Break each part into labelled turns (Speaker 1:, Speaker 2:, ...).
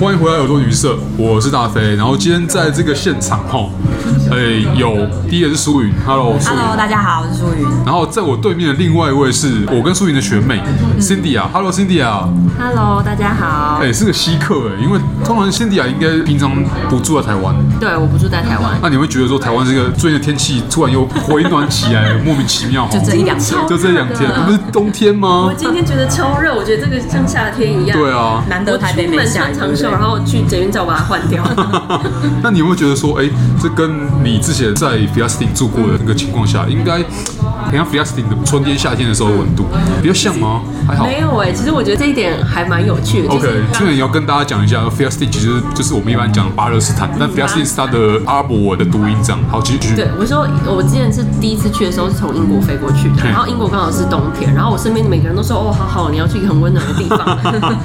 Speaker 1: 欢迎回来耳朵旅社，我是大飞。然后今天在这个现场哈，诶、有第一个是苏云，Hello，苏云。
Speaker 2: Hello，大家好，我是舒云。
Speaker 1: 然后在我对面的另外一位是我跟苏云的学妹
Speaker 2: 嗯
Speaker 1: Cindy 啊，Hello Cindy 啊，
Speaker 2: Hello，大家好。
Speaker 1: 哎、是个稀客哎、因为通常 Cindy 啊应该平常不住在台湾，
Speaker 2: 对，我不住在台湾，
Speaker 1: 那你会觉得说台湾这个最近的天气突然又回暖起 来了，莫名其妙哈，
Speaker 2: 就这一两天
Speaker 1: 就这两天，不是冬天吗
Speaker 3: 我？今天觉得超热，我觉得这个像夏天一样。
Speaker 1: 对啊，
Speaker 2: 难
Speaker 3: 我
Speaker 2: 得台北
Speaker 3: 出
Speaker 2: 没
Speaker 3: 门
Speaker 2: 下
Speaker 3: 穿
Speaker 2: 雨。
Speaker 3: 长袖，
Speaker 2: 对不
Speaker 3: 然
Speaker 2: 对
Speaker 3: 后去捷运站把它换 掉。
Speaker 1: 那你有没有觉得说，哎、这跟你之前在 f i a s t i n 住过的那个情况下，应该很像 f i a s t i n 的春天、夏天的时候的温度，比较像吗？还好。
Speaker 3: 没有哎、其实我觉得这一点还蛮有趣的。就
Speaker 1: OK，
Speaker 3: 是
Speaker 1: 这个也要跟大家讲一下 f i a s t i n 其实就是我们一般讲的巴勒斯坦，但 f i a s t i n 是它的阿拉伯文的读音这样。好，继续继续
Speaker 3: 对，我说我之前是第一次去的时候是从英国飞过去的，
Speaker 1: 嗯
Speaker 3: 然后英国刚好是冬天，然后我身边的每个人都说哦，好好，你要去一个很温暖的地 方。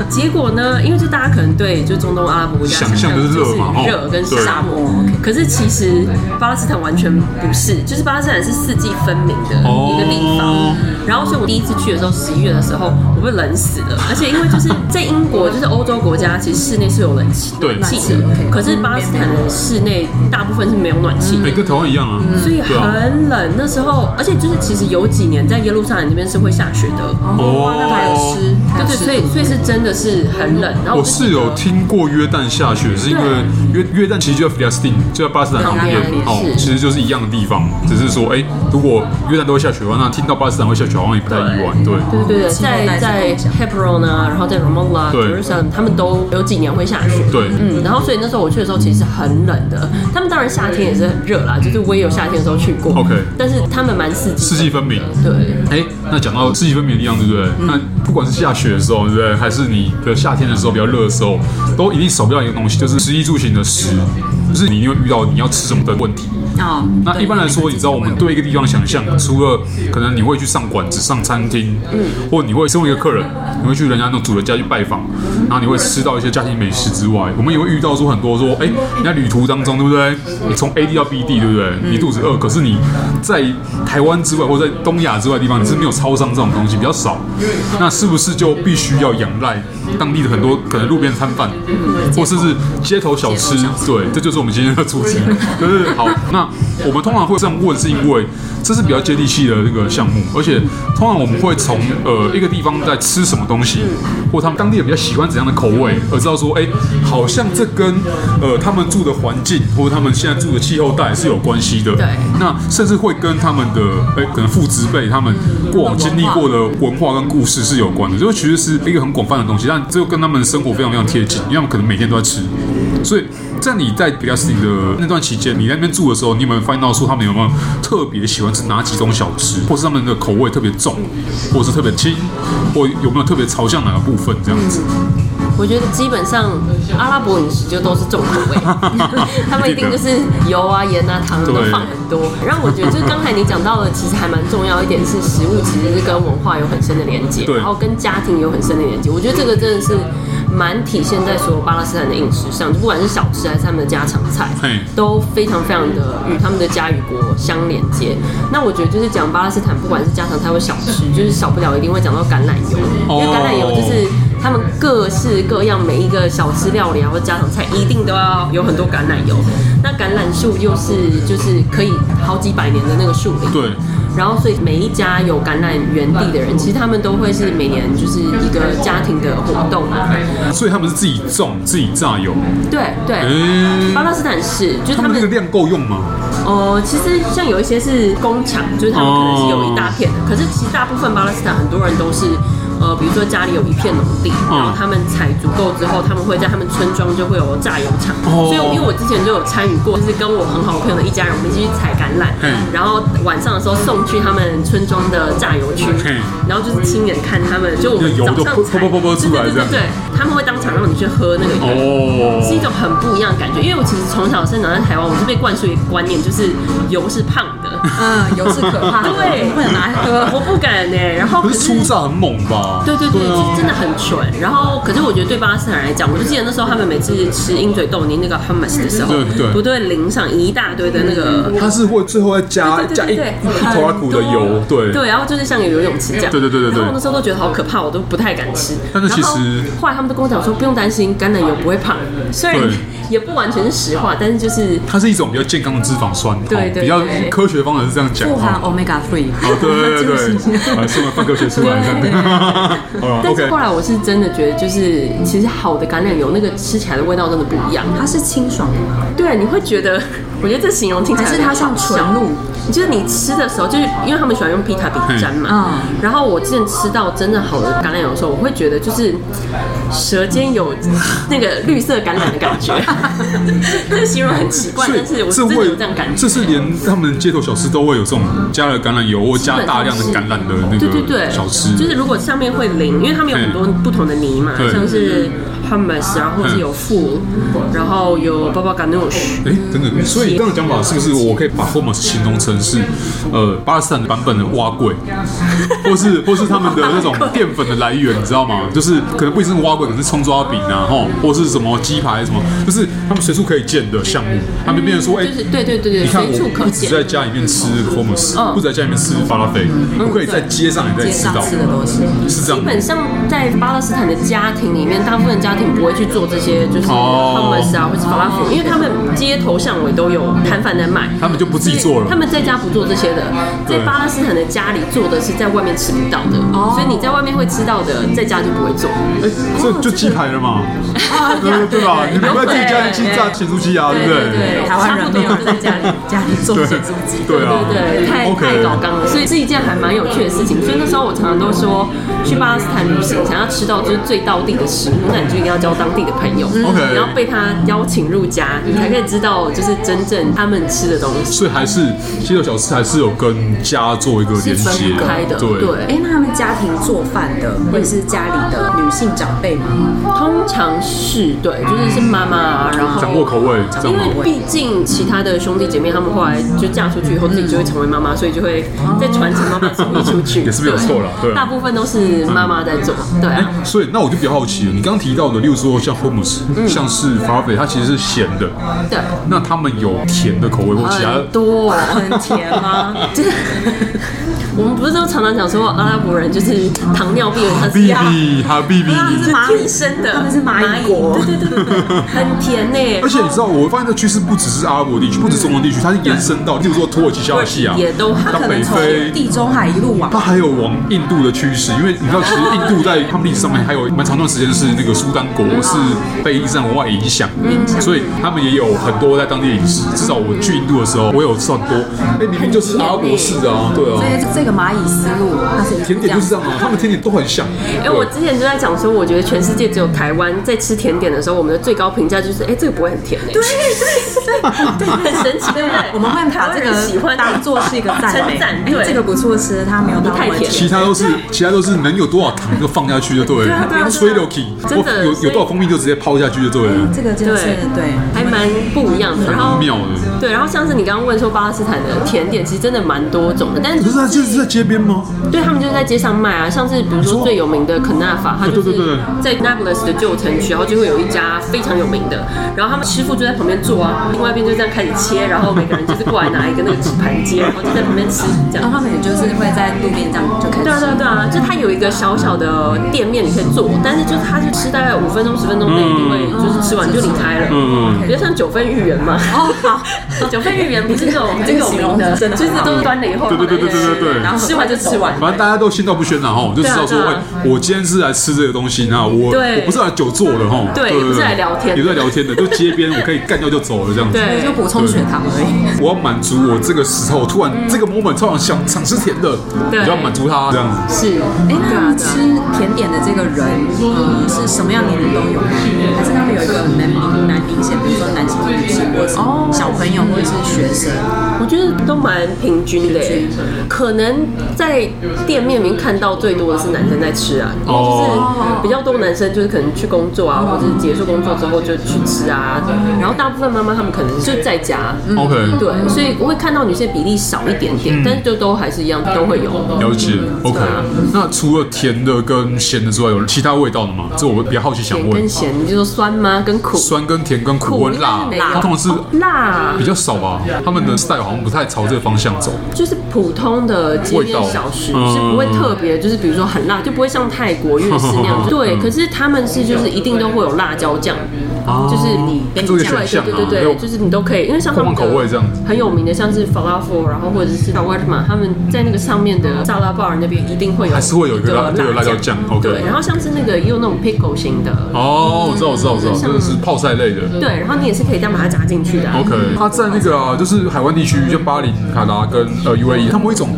Speaker 3: 结果呢，因为就大家可能对就中东阿拉伯国家
Speaker 1: 想象的
Speaker 3: 就
Speaker 1: 热嘛哦
Speaker 3: 是热跟
Speaker 1: 对
Speaker 3: 沙漠，可是其实巴勒斯坦完全不是，就是巴勒斯坦是四季分明的一个地方。
Speaker 1: 哦
Speaker 3: 然后所以我第一次去的时候，十一月的时候，我被冷死了。而且因为就是在英国，就是欧洲国家，其实室内是有冷气
Speaker 1: 对
Speaker 3: 暖气的，可是巴勒斯坦的室内大部分是没有暖气的
Speaker 1: 哎、。跟台湾一样啊。
Speaker 3: 所以
Speaker 1: 对啊。
Speaker 3: 很冷。那时候，而且就是其实有几年在耶路撒冷那边是会下雪的，
Speaker 1: 哦
Speaker 2: 那还有湿，还
Speaker 3: 对
Speaker 2: 有
Speaker 3: 对，
Speaker 2: 湿
Speaker 3: 所以所以是真的是很冷。然
Speaker 1: 我
Speaker 3: 后我就是记得
Speaker 1: 有听过约旦下雪，是因为约约旦其实就在 f i a s t i n 就在巴勒斯坦旁边
Speaker 3: 旁边，
Speaker 1: 哦，
Speaker 3: 是
Speaker 1: 其实就是一样的地方，只是说，哎、如果约旦都会下雪的话，那听到巴勒斯坦会下雪，好像也不太意外，对。
Speaker 3: 对对对，
Speaker 2: 气候
Speaker 3: 在
Speaker 2: 带
Speaker 3: 在
Speaker 2: 是不一样
Speaker 3: Hebron 啊，然后在 Ramallah、
Speaker 1: 对
Speaker 3: Jerusalem，他们都有几年会下雪。
Speaker 1: 对
Speaker 3: 嗯，然后所以那时候我去的时候其实是很冷的。他们当然夏天也是很热啦，就是我也有夏天的时候去过。
Speaker 1: OK
Speaker 3: 但是他们蛮四季。
Speaker 1: 四季分明。
Speaker 3: 对。
Speaker 1: 哎、那讲到四季分明的样，对不对？那不管是下雪的时候，对不对？还是你的夏天的时候比较热的时候，都一定少不了一个东西，就是食衣住行的食，就是你一定会遇到你要吃什么的问题。
Speaker 2: 哦，
Speaker 1: 那一般来说，你知道我们对一个地方的想象，除了可能你会去上馆子、上餐厅，或你会身为一个客人，你会去人家那种主人家去拜访，然后你会吃到一些家庭美食之外，我们也会遇到说很多说，哎、你在旅途当中，对不对？你从 A 地到 B 地，对不对？你肚子饿，可是你在台湾之外或在东亚之外的地方，你是没有超商这种东西，比较少，那是不是就必须要仰赖当地的很多可能路边摊贩，或甚至街头小吃？对，这就是我们今天的主题。就是好，那我们通常会这样问，是因为这是比较接地气的那个项目，而且通常我们会从呃一个地方在吃什么东西，或他们当地人比较喜欢怎样的口味，而知道说，哎、好像这跟呃他们住的环境或者他们现在住的气候带是有关系的。
Speaker 3: 对
Speaker 1: 那甚至会跟他们的哎、可能父职辈他们过往经历过的文化跟故事是有关的，就其实是一个很广泛的东西，但这个跟他们的生活非常非常贴近，因为他们可能每天都在吃。所以在你在比利时的那段期间，你在那边住的时候，你有没有发现到说他们有没有特别喜欢吃哪几种小吃，或是他们的口味特别重，或是特别轻，或有没有特别朝向哪个部分这样子？
Speaker 3: 我觉得基本上阿拉伯饮食就都是重口 味，他们一定就是油啊、盐啊、糖啊都
Speaker 1: 对
Speaker 3: 放很多。然后我觉得就是刚才你讲到的，其实还蛮重要一点是食物其实是跟文化有很深的连接，
Speaker 1: 对
Speaker 3: 然后跟家庭有很深的连接。我觉得这个真的是蛮体现在所有巴勒斯坦的饮食上，就不管是小吃还是他们的家常菜
Speaker 1: 嘿，
Speaker 3: 都非常非常的与他们的家与国相连接。那我觉得就是讲巴勒斯坦，不管是家常菜或小吃，就是少不了一定会讲到橄榄油，因为橄榄油就是。是他们各式各样每一个小吃料理啊或家常菜，一定都要有很多橄榄油。那橄榄树又是就是可以好几百年的那个树林，
Speaker 1: 对，
Speaker 3: 然后所以每一家有橄榄园地的人，其实他们都会是每年就是一个家庭的活动啊。
Speaker 1: 所以他们是自己种、自己榨油，
Speaker 3: 对对，
Speaker 1: 诶，
Speaker 3: 巴勒斯坦是就是
Speaker 1: 他
Speaker 3: 他
Speaker 1: 们那
Speaker 3: 们
Speaker 1: 个量够用吗？
Speaker 3: 哦，其实像有一些是工厂，就是他们可能是有一大片的，可是其实大部分巴勒斯坦很多人都是。呃，比如说家里有一片农地，
Speaker 1: 嗯
Speaker 3: 然后他们采足够之后，他们会在他们村庄就会有榨油厂。
Speaker 1: 哦
Speaker 3: 所以，因为我之前就有参与过，就是跟我很好的朋友的一家人，我们一起去采橄榄
Speaker 1: 嗯，
Speaker 3: 然后晚上的时候送去他们村庄的榨油区
Speaker 1: 嗯，
Speaker 3: 然后就是亲眼看他们，就我们
Speaker 1: 那油
Speaker 3: 早
Speaker 1: 都
Speaker 3: 上
Speaker 1: 噗
Speaker 3: 采，
Speaker 1: 噗噗噗出来
Speaker 3: 对对对
Speaker 1: 这
Speaker 3: 对，他们会当场让你去喝那个油。
Speaker 1: 哦，
Speaker 3: 是一种很不一样的感觉，因为我其实从小生长在台湾，我是被灌输一个观念，就是油是胖的，
Speaker 2: 嗯，油是可怕的，
Speaker 3: 对，
Speaker 2: 不能拿来喝。
Speaker 3: 我不敢呢、欸然后
Speaker 1: 可是粗榨很猛吧？
Speaker 3: 对对对，
Speaker 1: 啊
Speaker 3: 其实真的很蠢。然后，可是我觉得对巴勒斯坦来讲，我就记得那时候他们每次吃鹰嘴豆泥那个 hummus 的时候，
Speaker 1: 对对
Speaker 3: 不对，淋上一大堆的那个，
Speaker 1: 它是会最后再加
Speaker 3: 对对对
Speaker 1: 加一
Speaker 3: 对
Speaker 1: 一
Speaker 3: 很
Speaker 1: 头拉骨的油，对
Speaker 3: 对，然后就是像有游泳池这样，
Speaker 1: 对对对对对
Speaker 3: 然后我那时候都觉得好可怕，我都不太敢吃。
Speaker 1: 但是其实
Speaker 3: 然后后来他们都跟我讲说，不用担心，橄榄油不会胖，虽然
Speaker 1: 对
Speaker 3: 也不完全是实话，但是就是
Speaker 1: 它是一种比较健康的脂肪酸，
Speaker 3: 对
Speaker 1: 哦
Speaker 3: 对
Speaker 1: 比较
Speaker 3: 对
Speaker 1: 科学方法是这样讲
Speaker 2: 富含
Speaker 1: 哈。
Speaker 2: omega three，
Speaker 1: 哦，对对对对，啊，送了半科学出来这样。 好了
Speaker 3: 但是
Speaker 1: ，OK，
Speaker 3: 后来我是真的觉得，就是其实好的橄榄油那个吃起来的味道真的不一样。
Speaker 2: 它是清爽的吗？
Speaker 3: 对，你会觉得， 我觉得这形容听起来
Speaker 2: 还是它像纯露，
Speaker 3: 就是你吃的时候，就是因为他们喜欢用皮塔饼
Speaker 1: 嗯
Speaker 3: 沾嘛。
Speaker 2: 嗯，
Speaker 3: 然后我之前吃到真的好的橄榄油的时候，我会觉得就是舌尖有那个绿色橄榄的感 觉，这形容很奇怪，
Speaker 1: 所以
Speaker 3: 但是我
Speaker 1: 这
Speaker 3: 真的有
Speaker 1: 会
Speaker 3: 这样感觉。
Speaker 1: 这是连他们街头小吃都会有这种加了橄榄油或加大量的橄榄的那
Speaker 3: 对对对，
Speaker 1: 个小吃，
Speaker 3: 就是如果上面会淋，因为他们有很多不同的泥嘛，
Speaker 1: 对嗯
Speaker 3: 像是 hummus，然后或是有富，然后有 baba ganoush，
Speaker 1: 哎，等等，所以这样的讲法是不是我可以把 hummus 形容成是呃巴勒斯坦版本的蛙 柜，或是或是他们的那种淀粉的来源，你知道吗？就是可能不一定是蛙柜，可能是葱抓饼啊，吼，或是什么鸡排什么，就是他们随处可以见的项目，他们变成说，哎
Speaker 3: 嗯就。是对对对对，
Speaker 1: 你看，
Speaker 3: 随处
Speaker 1: 我
Speaker 3: 可
Speaker 1: 不止
Speaker 3: 见。
Speaker 1: 在家里面吃 hummus，、
Speaker 3: 嗯
Speaker 1: 不止在家里面吃巴拉菲，我可以在街上也在
Speaker 2: 街
Speaker 1: 吃
Speaker 2: 上
Speaker 1: 到，
Speaker 2: 吃的东西。
Speaker 1: 是这样吗。
Speaker 3: 基本上在巴勒斯坦的家庭里面，大部分家庭不会去做这些，就是
Speaker 1: 哦
Speaker 3: hummus 啊，或者 falafel，因为他们街头巷尾都有摊贩在卖。
Speaker 1: 他们就不自己做了。
Speaker 3: 他们在家不做这些的，在
Speaker 1: 对
Speaker 3: 巴勒斯坦的家里做的是在外面吃不到的，
Speaker 2: 哦
Speaker 3: 所以你在外面会吃到的，在家就不会做。
Speaker 1: 哎，这就鸡排了嘛，
Speaker 3: 哦啊
Speaker 1: 对对吧？你们不要自己家里去炸咸酥鸡啊，对不
Speaker 3: 对对
Speaker 2: 台湾人没有
Speaker 3: 差不多都在家里
Speaker 2: 家里做咸酥鸡，
Speaker 1: 对啊，
Speaker 3: 对，太
Speaker 1: OK
Speaker 3: 太搞纲了，所以是一件还蛮有趣的事情。所以那时候我常常都说，去巴勒斯坦旅行，想要吃到就是最道地的食物，那你就一定要交当地的朋友，
Speaker 1: OK
Speaker 3: 你要被他邀请入家，你才可以知道就是真正他们吃的东西。
Speaker 1: 所以还是街头小吃还是有跟家做一个连接
Speaker 3: 分开的，
Speaker 1: 对。
Speaker 2: 哎，那他们家庭做饭的，或者是家里的女性长辈吗？
Speaker 3: 通常是对，就是是妈妈啊，然后
Speaker 1: 掌握口味，这样
Speaker 3: 因
Speaker 1: 吗？
Speaker 3: 为毕竟其他的兄弟姐妹，他们后来就嫁出去以后，自己就会成为妈妈，所以就会再传承妈妈手艺出去，
Speaker 1: 也是没有错啦对
Speaker 3: 大部分都是妈妈在做，对啊。
Speaker 1: 哎所以那我就比较好奇了，你刚刚提到的，例如说像 hummus，、像是 f a r f e 它其实是咸的，
Speaker 3: 对，
Speaker 1: 那他们有甜的口味或其他
Speaker 3: 很多，
Speaker 2: 很甜吗？
Speaker 3: 就是。我们不是都常常讲说阿拉伯人就是糖尿病，他是
Speaker 1: 比
Speaker 3: 要
Speaker 1: 比哈比比。
Speaker 2: 啊
Speaker 3: 是蚂蚁生的，
Speaker 2: 他们是蚂蚁国
Speaker 3: 对对对对对，很甜呢。
Speaker 1: 而且你知道，我发现这趋势不只是阿拉伯地区，不止中东地区，它是延伸到，例如说土耳其、小亚细亚，
Speaker 3: 也都很
Speaker 1: 到
Speaker 2: 可
Speaker 1: 北
Speaker 2: 能从
Speaker 1: 非，
Speaker 2: 地中海一路往
Speaker 1: 它还有往印度的趋势，因为你知道，其实印度在他们历史上面还有蛮长段时间是那个苏丹国是被伊斯兰文化影响，所以他们也有很多在当地的饮食。至少我去印度的时候，我有吃很多，哎，明明就是阿拉伯式的啊，对
Speaker 2: 所
Speaker 1: 啊，
Speaker 2: 以这个蚂蚁思路，它是
Speaker 1: 甜点就是这样啊，他们甜点都很像。
Speaker 3: 哎，我之前就在讲说，我觉得全世界只有台湾在吃甜点的时候，我们的最高评价就是，哎，这个不会很甜呢。对对对，很神奇，对不对？
Speaker 2: 我们会把这
Speaker 3: 台湾人喜
Speaker 2: 个
Speaker 3: 欢
Speaker 2: 当做是一个赞美，
Speaker 3: 称赞
Speaker 2: 哎
Speaker 3: 对
Speaker 2: 这个不错吃，它没有到
Speaker 3: 太
Speaker 2: 我的
Speaker 3: 甜
Speaker 1: 其他 都是，其他都是能有多少糖就放下去就对啊了，不用吹 l u c
Speaker 3: 真的
Speaker 1: 有有多少蜂蜜就直接抛下去就对了，
Speaker 2: 这个真的是对，
Speaker 3: 对还蛮不一样的。然后
Speaker 1: 很妙的。
Speaker 3: 对，然后像是你刚刚问说巴勒斯坦的甜点，其实真的蛮多种的，但是
Speaker 1: 可是它就是在街边吗？
Speaker 3: 对他们就是在街上卖啊，像是比如说最有名的肯纳法，它就
Speaker 1: 对对对
Speaker 3: 是在 Nablus 的旧城区，然后就会有一家非常有名的，然后他们师傅就在旁边做啊，另外一边就这样开始切，然后每个人就是过来拿一个那个纸盘接，然后就在旁边吃这
Speaker 2: 然
Speaker 3: 样。
Speaker 2: 后他们也就是会在路边这样就开
Speaker 3: 对啊
Speaker 2: 始
Speaker 3: 对啊对啊，就它有一个小小的店面你可以坐，但是就是它就吃大概五分钟十分钟内一定会就是吃完就离开了。
Speaker 1: 嗯。
Speaker 3: 比如像九分芋圆嘛，哦好， 九分芋圆不是那种很有名 的，就是都是端了以后，
Speaker 1: 对对对对对对对
Speaker 3: 然后吃完就吃完，
Speaker 1: 反正大家都心照不宣了哈，就知道说，
Speaker 3: 对
Speaker 1: 哎
Speaker 3: 啊，
Speaker 1: 我今天是来吃这个东西，那我
Speaker 3: 对
Speaker 1: 我不是来久坐的哈，
Speaker 3: 对也不是来聊天
Speaker 1: 也不是来聊天的，就街边我可以干掉就走了这样子。
Speaker 3: 对
Speaker 2: 就补充血糖而已。
Speaker 1: 我要满足我这个时候突然这个 moment 突然想想吃甜的，
Speaker 3: 嗯对
Speaker 1: 我就要满足他这样子。
Speaker 3: 是，
Speaker 2: 哎，那他们
Speaker 3: 对啊
Speaker 2: 吃甜点的这个人，呃，是什么样年龄都有吗？还是他们有一个很难明难明显，比如说男性或女性？或是小朋友或是学生，
Speaker 3: 我觉得都蛮平均的耶
Speaker 2: 平均，
Speaker 3: 可能在店面里面看到最多的是男生在吃啊，因为就是比较多男生就是可能去工作啊，或者是结束工作之后就去吃啊，然后大部分妈妈他们可能就嗯在家，
Speaker 1: 哦 OK，
Speaker 3: 对，所以我会看到女性的比例少一点
Speaker 1: 嗯
Speaker 3: 点，但是就都还是一样都会有。
Speaker 1: 了解，OK。那除了甜的跟咸的之外，有其他味道的吗？这我比较好奇，想
Speaker 3: 甜
Speaker 1: 问
Speaker 3: 跟。咸，你就说酸吗？跟苦，
Speaker 1: 酸跟甜跟苦跟辣
Speaker 3: 苦应该是没有，
Speaker 1: 通常是
Speaker 3: 辣
Speaker 1: 比较少吧。他们的 style 好像不太朝这个方向走。
Speaker 3: 就是普通的街
Speaker 1: 味
Speaker 3: 边
Speaker 1: 道
Speaker 3: 小吃，
Speaker 1: 嗯
Speaker 3: 是不会特别，就是比如说很辣，就不会像泰国、粤式那
Speaker 1: 嗯
Speaker 3: 样。对，可是他们是就是一定都会有辣椒酱，就是你
Speaker 1: 跟
Speaker 3: 对
Speaker 1: 做一啊个选项啊
Speaker 3: 对对对
Speaker 1: 有
Speaker 3: 对，就是你都可以，因为像他们
Speaker 1: 换换口味这样子
Speaker 3: 很有名的，像是 falafel，然后或者是 shawarma，他们在那个上面的沙拉 bar 那边一定会有，
Speaker 1: 还是会有一个辣对
Speaker 3: 对
Speaker 1: 有辣椒酱，OK
Speaker 3: 对，然后像是那个也有那种 pickle 型的，
Speaker 1: 哦，我知道，我知道，我知道，这个是泡菜类的。
Speaker 3: 对，然后你也是可以这样把它夹进去的啊。
Speaker 1: OK，它在那个啊，就是海湾地区，像巴林、卡达跟呃 UAE，他们会一种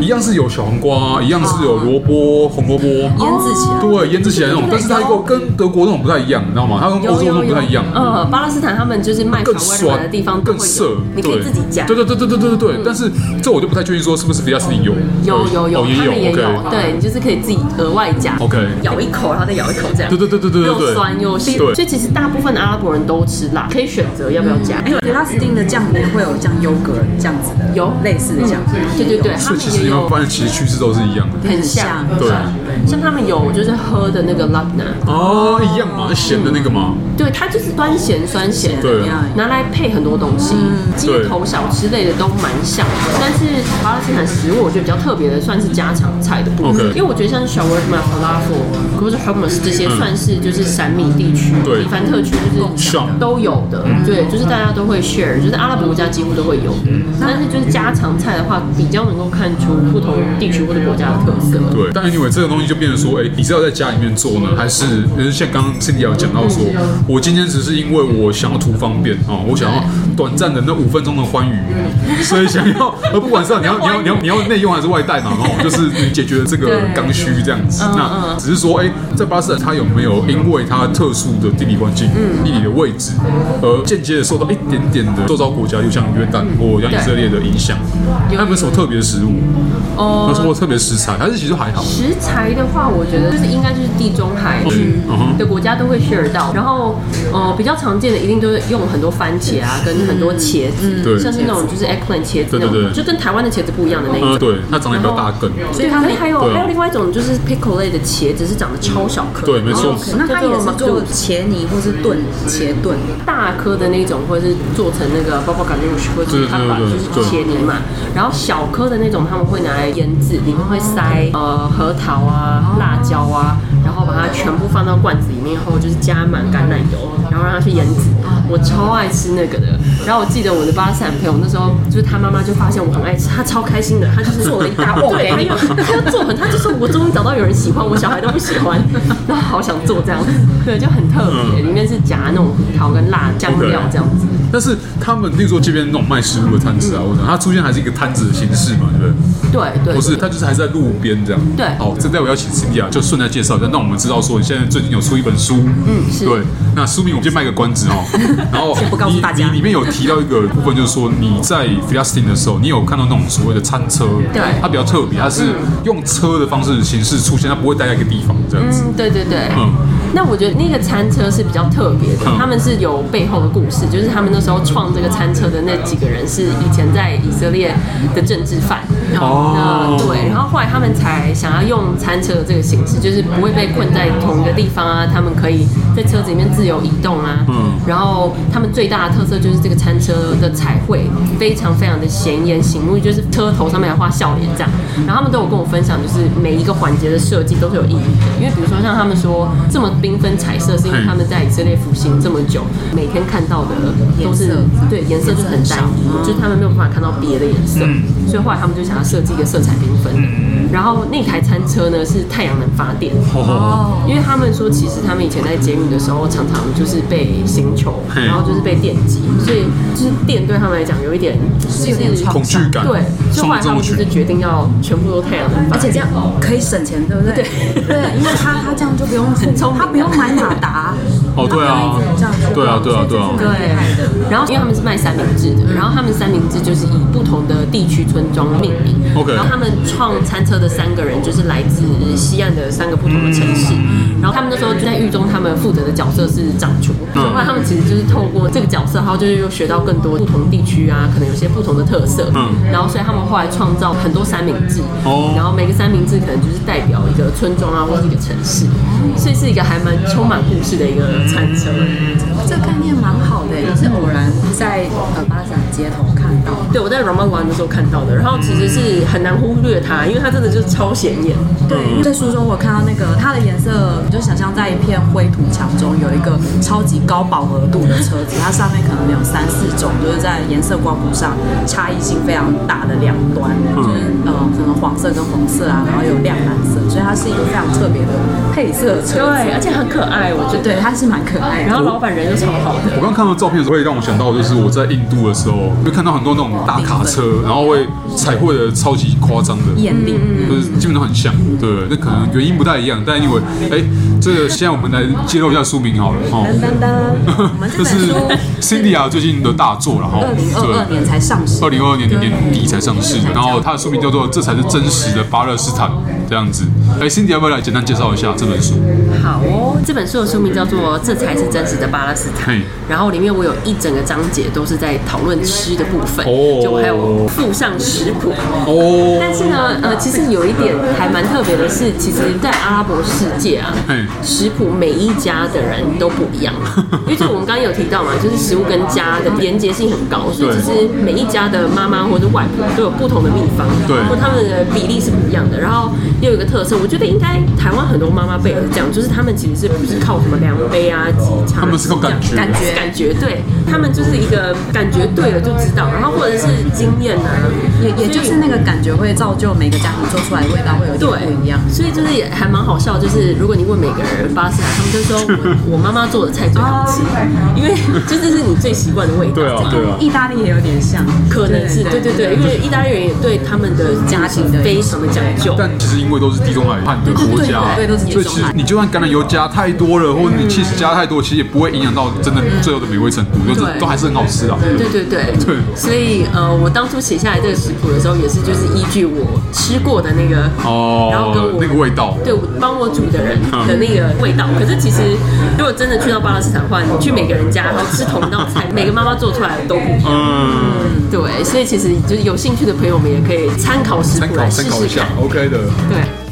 Speaker 1: 一样是有小黄瓜，一样是有萝卜、红萝卜腌
Speaker 2: 制起来
Speaker 1: 对，腌制起来那种，但是它又跟德国那种不太一样，你知道吗？它跟欧洲那种不太一样。
Speaker 3: 呃，巴勒斯坦他们就是卖
Speaker 1: 更
Speaker 3: 小外
Speaker 1: 酸
Speaker 3: 的地方都
Speaker 1: 更
Speaker 3: 会
Speaker 1: 涩
Speaker 3: 有，，你可以
Speaker 1: 对
Speaker 3: 自己加。
Speaker 1: 对对对对对对对对。但是这我就不太确定说是不是菲亚斯汀有，
Speaker 3: 有
Speaker 1: 对
Speaker 3: 有有，
Speaker 1: 哦也
Speaker 3: 他们也有
Speaker 1: OK，，
Speaker 3: 对你就是可以自己额外加
Speaker 1: OK
Speaker 3: 咬一口，然后再咬一口这样。
Speaker 1: 对对对对对对对
Speaker 3: 又酸又咸，
Speaker 1: 对
Speaker 3: 所以其实大部分的阿拉伯人都吃辣，可以选择要不要加。
Speaker 2: 哎，普拉斯汀的酱里面会有像优格这样子的，
Speaker 3: 有嗯
Speaker 2: 类似的酱，
Speaker 3: 对对对，他
Speaker 1: 所以
Speaker 3: 们
Speaker 1: 其实
Speaker 3: 也
Speaker 1: 你们
Speaker 3: 有
Speaker 1: 发现，其实趋势都是一样的。
Speaker 3: 很像，
Speaker 1: 对
Speaker 3: 像他们有就是喝的那个 labna，
Speaker 1: 哦，一样嘛，咸的那个嘛，
Speaker 3: 对，它就是酸咸酸咸，
Speaker 1: 对
Speaker 2: 一样
Speaker 3: 拿来配很多东西，街头小吃类的都蛮像的，但是巴勒斯坦食物我觉得比较特别的，算是家常菜的部分。
Speaker 1: OK
Speaker 3: 因为我觉得像 shawarma、falafel 或者 hummus 这些，
Speaker 1: 嗯
Speaker 3: 算是就是闪米地区、
Speaker 1: 对
Speaker 3: 黎凡特区就是
Speaker 1: 像
Speaker 3: 都有的，
Speaker 1: 嗯
Speaker 3: 对，就是大家都会 share，就是阿拉伯国家几乎都会有。
Speaker 1: 嗯
Speaker 3: 但是就是家常菜的话，比较能够看出不同地区或者国家的特色。
Speaker 1: 对，但 anyway，这个东西就变成说，哎、你是要在家里面做呢，还是就是像刚刚 Cindy 嗯有讲到说，我今天只是因为我想要图方便哦，我想要短暂的那五分钟的欢愉，所以想 要，呃，不管是要你要你要你要你要内用还是外带嘛，哦，就是你解决了这个刚需这样子。那只是说，哎、在巴勒斯坦它有没有因为它特殊的地理环境、地理的位置，而间接的受到一点点的受到国家，就像约旦或像以色列的影响？它有没有什嗯么特别的食物？
Speaker 3: 哦
Speaker 1: 有什么特别的食材？还是其实还好？
Speaker 3: 食材的话，我觉得就是应该就是地中海区
Speaker 1: 嗯哼
Speaker 3: 的国家都会 share 到，然后呃比较常见的一定都是用很多番茄啊，跟很多茄子，
Speaker 1: 嗯对
Speaker 3: 像是那种就是 eggplant 茄子
Speaker 1: 对对
Speaker 3: 那
Speaker 1: 对
Speaker 3: 种，就跟台湾的茄子不一样的那一
Speaker 1: 呃，
Speaker 3: 种。
Speaker 1: 对，它长得比较大根，
Speaker 3: 所以它
Speaker 2: 对
Speaker 3: 还有
Speaker 1: 对啊
Speaker 3: 还有另外一种就是 pickle 类的茄子是长得超小颗，哦
Speaker 1: 对没错
Speaker 3: 然后
Speaker 2: 那它也是
Speaker 3: 叫做
Speaker 2: 做茄泥或是炖茄炖，
Speaker 3: 大颗的那种，或者是做成那个 b a b a g a n o s h 或者
Speaker 1: 对对
Speaker 3: 是它把
Speaker 1: 对
Speaker 3: 就是
Speaker 1: 对
Speaker 3: 切泥嘛。然后小颗的那种，他们会拿来腌制，里面会塞呃核桃啊、辣椒啊，然后把它全部放到罐子里面以后，就是加满橄榄油，然后让它去腌制。我超爱吃那个的。然后我记得我的巴勒斯坦朋友那时候，就是他妈妈就发现我很爱吃，她超开心的，她就是做了一大包，对，她要她要做很，她就说我终于找到有人喜欢，我小孩都不喜欢，然后好想做这样，对，就很特别。
Speaker 1: 嗯
Speaker 3: 里面是夹那种胡桃跟辣酱料这样子。
Speaker 1: 但是他们，例如说这边那种卖食物的摊子啊，或者它出现还是一个摊子的形式嘛，对不对？
Speaker 3: 对对，
Speaker 1: 不是，它就是还是在路边这样。
Speaker 3: 对
Speaker 1: 好，这待会要请 Cindy 啊，就顺带介绍一下，让我们知道说你现在最近有出一本书，嗯，
Speaker 3: 是
Speaker 1: 对。那书名我们就卖个关 子哦。然后
Speaker 2: 不告诉
Speaker 1: 你
Speaker 2: 大家
Speaker 1: 你里面有提到一个部分，就是说你在 f i l a s t i n 的时候，你有看到那种所谓的餐车，
Speaker 3: 对
Speaker 1: 它比较特别，它是用车的方式形式出现，它不会待在一个地方这样子。
Speaker 3: 嗯，对对对。
Speaker 1: 嗯
Speaker 3: 那我觉得那个餐车是比较特别的
Speaker 1: 嗯，
Speaker 3: 他们是有背后的故事，就是他们那时候创这个餐车的那几个人是以前在以色列的政治犯，
Speaker 1: 哦
Speaker 3: 那对，然后后来他们才想要用餐车的这个形式，就是不会被困在同一个地方啊，他们可以在车子里面自由移动啊，
Speaker 1: 嗯
Speaker 3: 然后他们最大的特色就是这个餐车的彩绘非常非常的显眼醒目，就是车头上面还画笑脸这样。然后他们都有跟我分享，就是每一个环节的设计都是有意义的，因为比如说像他们说这么缤纷彩色，是因为他们在以色列服刑这么久，每天看到的都
Speaker 2: 颜
Speaker 3: 是
Speaker 2: 色
Speaker 3: 对颜色就是很单一，就是他们没有办法看到别的颜色，所以后来他们就想要设计一个色彩缤纷的。然后那台餐车呢是太阳能发电，
Speaker 1: 哦，
Speaker 3: 因为他们说，其实他们以前在监狱的时候，常常就是被刑求，
Speaker 1: 嘿
Speaker 3: 然后就是被电击，所以就是电对他们来讲有一点就是
Speaker 2: 有点创
Speaker 1: 恐惧感，
Speaker 3: 对，所以后来他们就是决定要全部都太阳能
Speaker 2: 而
Speaker 3: 板，
Speaker 2: 且这样可以省钱，对不对？对，因为他他这样就不用付
Speaker 3: 聪明
Speaker 2: 他不用买马达，
Speaker 1: 哦，对啊，对啊，对啊，对啊，
Speaker 3: 对，然后因为他们是卖三明治的，然后他们三明治就是以不同的地区村庄命名。
Speaker 1: OK
Speaker 3: 然后他们创餐车的三个人就是来自西岸的三个不同的城市。然后他们那时候就在狱中，他们负责的角色是掌厨。
Speaker 1: 嗯
Speaker 3: 后来他们其实就是透过这个角色，然后就是又学到更多不同地区啊，可能有些不同的特色。
Speaker 1: 嗯
Speaker 3: 然后所以他们后来创造很多三明治。
Speaker 1: 哦
Speaker 3: 然后每个三明治可能就是代表一个村庄啊，或是一个城市，所以是一个还蛮充满故事的一个餐车。
Speaker 2: 这概念蛮好的，也是偶然在呃巴掌街头看到。
Speaker 3: 对，我在 Rama 玩的时候看到的，然后其实是很难忽略它，因为它真的就是超显眼。
Speaker 2: 对，因为在书中我看到那个它的颜色，你就想象在一片灰土墙中有一个超级高饱和度的车 子，它上面可能有三四种，就是在颜色光谱上差异性非常大的两端，
Speaker 1: 嗯
Speaker 2: 就是呃可能黄色跟红色啊，然后有亮蓝色，所以它是一个非常特别的配色车
Speaker 3: 对，而
Speaker 2: 子。
Speaker 3: 且很可爱，我觉得。
Speaker 2: 对，它是蛮可爱的。
Speaker 3: 然后老板人又超好的，
Speaker 1: 我刚看到照片的时候，会让我想到，就是我在印度的时候，会看到很多那种大卡车，然后会彩绘的超级夸张的，嗯
Speaker 2: 艳丽，
Speaker 1: 就是基本上很像，对，那可能原因不太一样，但因为，哎，这个现在我们来揭露一下书名好了，哈，
Speaker 2: 噔噔
Speaker 1: 哦
Speaker 2: 噔，我们这
Speaker 1: 这
Speaker 2: 本
Speaker 1: 是
Speaker 2: 书
Speaker 1: Cindy 啊最近的大作了哈，
Speaker 2: 二零二二年才上市，嗯
Speaker 1: 二零二二年的年底才上市，然后它的书名叫做《这才是真实的巴勒斯坦》这样子。哎，Cindy 要不要来简单介绍一下这本书？
Speaker 3: 好哦。这本书的书名叫做《这才是真实的巴勒斯坦
Speaker 1: 嘿》，
Speaker 3: 然后里面我有一整个章节都是在讨论吃的部分，
Speaker 1: 哦
Speaker 3: 就我还有附上食谱。
Speaker 1: 哦
Speaker 3: 但是呢，呃，其实有一点还蛮特别的是，其实，在阿拉伯世界啊，
Speaker 1: 嘿，
Speaker 3: 食谱每一家的人都不一样， 因为就我们刚刚有提到嘛，就是食物跟家的连结性很高，所以
Speaker 1: 对
Speaker 3: 其实每一家的妈妈或者外婆都有不同的秘方，
Speaker 1: 对
Speaker 3: 或他们的比例是不一样的。然后又有一个特色，我觉得应该台湾很多妈妈辈也是这样，就是他们其实是不是靠什么量杯啊、几茶，
Speaker 1: 他们是靠感觉
Speaker 3: 感觉感觉对，他们就是一个感觉对了就知道，然后或者是经验啊，
Speaker 2: 也也就是那个感觉会造就每个家庭做出来的味道会有
Speaker 3: 对
Speaker 2: 点，不一样。
Speaker 3: 所以就是也还蛮好笑，就是如果你问每个人巴斯坦，他们就说我我妈妈做的菜最好吃，因为这就是你最习惯的味道。
Speaker 1: 对啊，对啊，
Speaker 2: 意大利也有点像，
Speaker 3: 可能是对对对，因为意大利人也对他们的家庭非常的讲究，
Speaker 1: 但其实因为都是地中海畔的国家，
Speaker 2: 对对对对都是地
Speaker 1: 所
Speaker 2: 中
Speaker 1: 以其
Speaker 2: 海
Speaker 1: 实你就算橄榄油加太多了，或者你 cheese 加太多，其实也不会影响到真的最后的美味程度，就是
Speaker 3: 对
Speaker 1: 都还是很好吃啊。
Speaker 3: 对对对
Speaker 1: 对
Speaker 3: 所以呃，我当初写下来这个食谱的时候，也是就是依据我吃过的那个
Speaker 1: 哦
Speaker 3: 然后跟我
Speaker 1: 那个味道嗯
Speaker 3: 对，帮我煮的人的那个味道。可是其实如果真的去到巴勒斯坦的话，你去每个人家，然后吃同一道菜，每个妈妈做出来的都不一样。
Speaker 1: 嗯，
Speaker 3: 对，所以其实就是有兴趣的朋友们也可以参考食
Speaker 1: 参
Speaker 3: 谱
Speaker 1: 考
Speaker 3: 来
Speaker 1: 参
Speaker 3: 试
Speaker 1: 考一
Speaker 3: 试
Speaker 1: 下
Speaker 3: 看。
Speaker 1: ，OK 的。
Speaker 3: 对，